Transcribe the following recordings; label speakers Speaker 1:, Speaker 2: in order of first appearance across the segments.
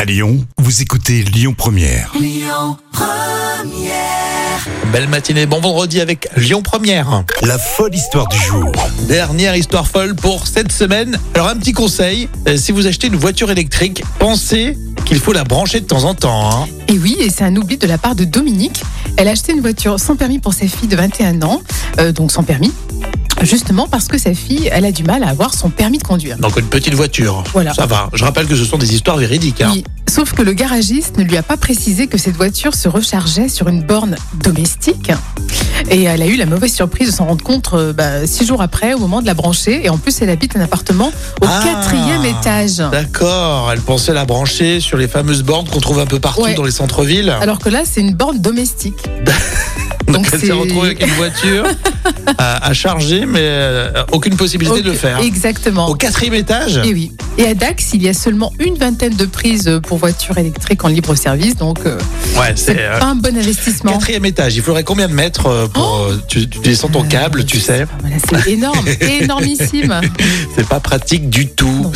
Speaker 1: À Lyon, vous écoutez Lyon Première.
Speaker 2: Belle matinée, bon vendredi avec Lyon Première.
Speaker 1: La folle histoire du jour.
Speaker 2: Dernière histoire folle pour cette semaine. Alors un petit conseil, euh, si vous achetez une voiture électrique, pensez qu'il faut la brancher de temps en temps. hein.
Speaker 3: Et oui, et c'est un oubli de la part de Dominique. Elle a acheté une voiture sans permis pour sa fille de 21 ans, euh, donc sans permis, justement parce que sa fille, elle a du mal à avoir son permis de conduire.
Speaker 2: Donc une petite voiture,
Speaker 3: Voilà.
Speaker 2: ça va. Je rappelle que ce sont des histoires véridiques. hein.
Speaker 3: Oui, sauf que le garagiste ne lui a pas précisé que cette voiture se rechargeait sur une borne domestique. Et elle a eu la mauvaise surprise de s'en rendre compte euh, bah, six jours après, au moment de la brancher. Et en plus, elle habite un appartement au
Speaker 2: Ah.
Speaker 3: quatrième étage.
Speaker 2: D'accord, elle pensait la brancher sur les fameuses bornes qu'on trouve un peu partout
Speaker 3: Ouais.
Speaker 2: dans les centres-villes.
Speaker 3: Alors que là, c'est une borne domestique.
Speaker 2: Donc
Speaker 3: donc
Speaker 2: elle s'est
Speaker 3: c'est-
Speaker 2: retrouvée avec une voiture à, à charger, mais euh, aucune possibilité de le
Speaker 3: Auc-
Speaker 2: faire.
Speaker 3: Exactement.
Speaker 2: Au quatrième étage
Speaker 3: Et Eh oui. Et à Dax, il y a seulement une vingtaine de prises pour voitures électriques en libre service, donc euh,
Speaker 2: Ouais,
Speaker 3: c'est
Speaker 2: euh,
Speaker 3: pas un bon investissement.
Speaker 2: Quatrième étage, il faudrait combien de mètres euh, pour euh, tu, tu descends ton
Speaker 3: Euh,
Speaker 2: câble, tu sais,
Speaker 3: Voilà, c'est énorme, énormissime.
Speaker 2: c'est pas pratique du tout.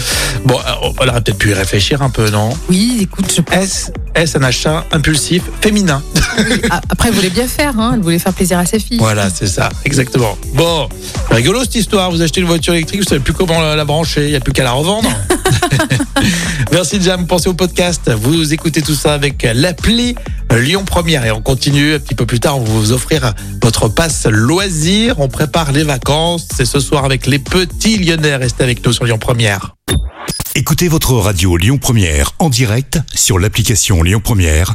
Speaker 2: Bon, euh, on aurait peut-être pu y réfléchir un peu, non
Speaker 3: Oui, écoute, je pense.
Speaker 2: Est-ce est-ce un achat impulsif féminin
Speaker 3: Ah, Après, elle voulait bien faire, hein, elle voulait faire plaisir à sa fille.
Speaker 2: Voilà, c'est ça, exactement. Bon, rigolo cette histoire. Vous achetez une voiture électrique, vous savez plus comment la la brancher, il n'y a plus qu'à la revendre. Merci Jam, pensez au podcast. Vous écoutez tout ça avec l'appli Lyon Première et on continue un petit peu plus tard. On va vous offrir votre passe loisir. On prépare les vacances. C'est ce soir avec les petits Lyonnais. Restez avec nous sur Lyon Première.
Speaker 1: Écoutez votre radio Lyon Première en direct sur l'application Lyon Première,